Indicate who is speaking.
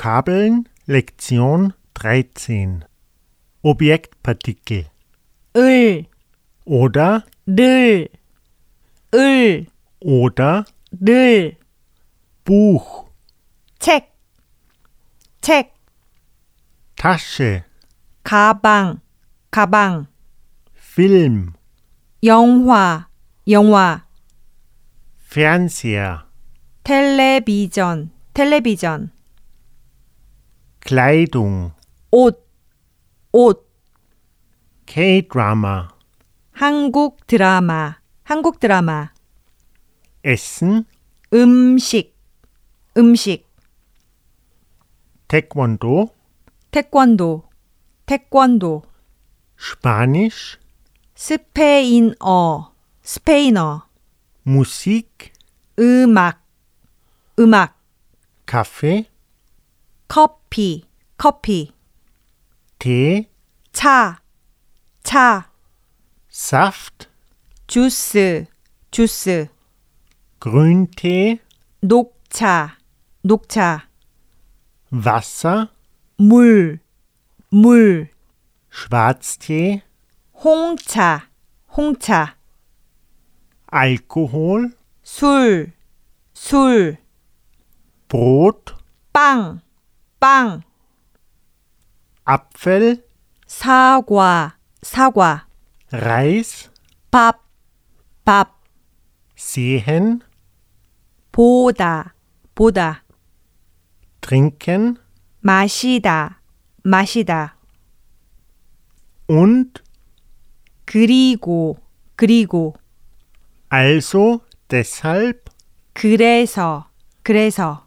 Speaker 1: Vokabeln Lektion 13 Objektpartikel
Speaker 2: 을,
Speaker 1: oder
Speaker 2: 늘, 을,
Speaker 1: oder
Speaker 2: 늘,
Speaker 1: Buch,
Speaker 2: 책, 책,
Speaker 1: Tasche,
Speaker 2: 가방, 가방,
Speaker 1: Film,
Speaker 2: 영화, 영화,
Speaker 1: Fernseher,
Speaker 2: 텔레비전, 텔레비전,
Speaker 1: Kleidung,
Speaker 2: 옷, 옷,
Speaker 1: K-Drama,
Speaker 2: 한국 드라마, 한국 드라마,
Speaker 1: Essen,
Speaker 2: 음식, 음식,
Speaker 1: Taekwondo,
Speaker 2: 태권도, 태권도,
Speaker 1: Spanisch,
Speaker 2: 스페인어, 스페인어,
Speaker 1: Musik,
Speaker 2: 음악, 음악,
Speaker 1: Kaffee,
Speaker 2: 커피, 커피.
Speaker 1: Tee,
Speaker 2: 차, 차,
Speaker 1: Saft,
Speaker 2: 주스, 주스,
Speaker 1: Grüntee,
Speaker 2: 녹차, 녹차,
Speaker 1: Wasser,
Speaker 2: 물, 물,
Speaker 1: Schwarztee,
Speaker 2: 홍차, 홍차,
Speaker 1: Alkohol,
Speaker 2: 술, 술,
Speaker 1: Brot,
Speaker 2: 빵, 빵,
Speaker 1: Apfel,
Speaker 2: 사과, 사과,
Speaker 1: Reis,
Speaker 2: 밥, 밥,
Speaker 1: Sehen,
Speaker 2: 보다, 보다,
Speaker 1: Trinken
Speaker 2: 마시다, 마시다,
Speaker 1: und
Speaker 2: 그리고, 그리고,
Speaker 1: also deshalb
Speaker 2: 그래서, 그래서.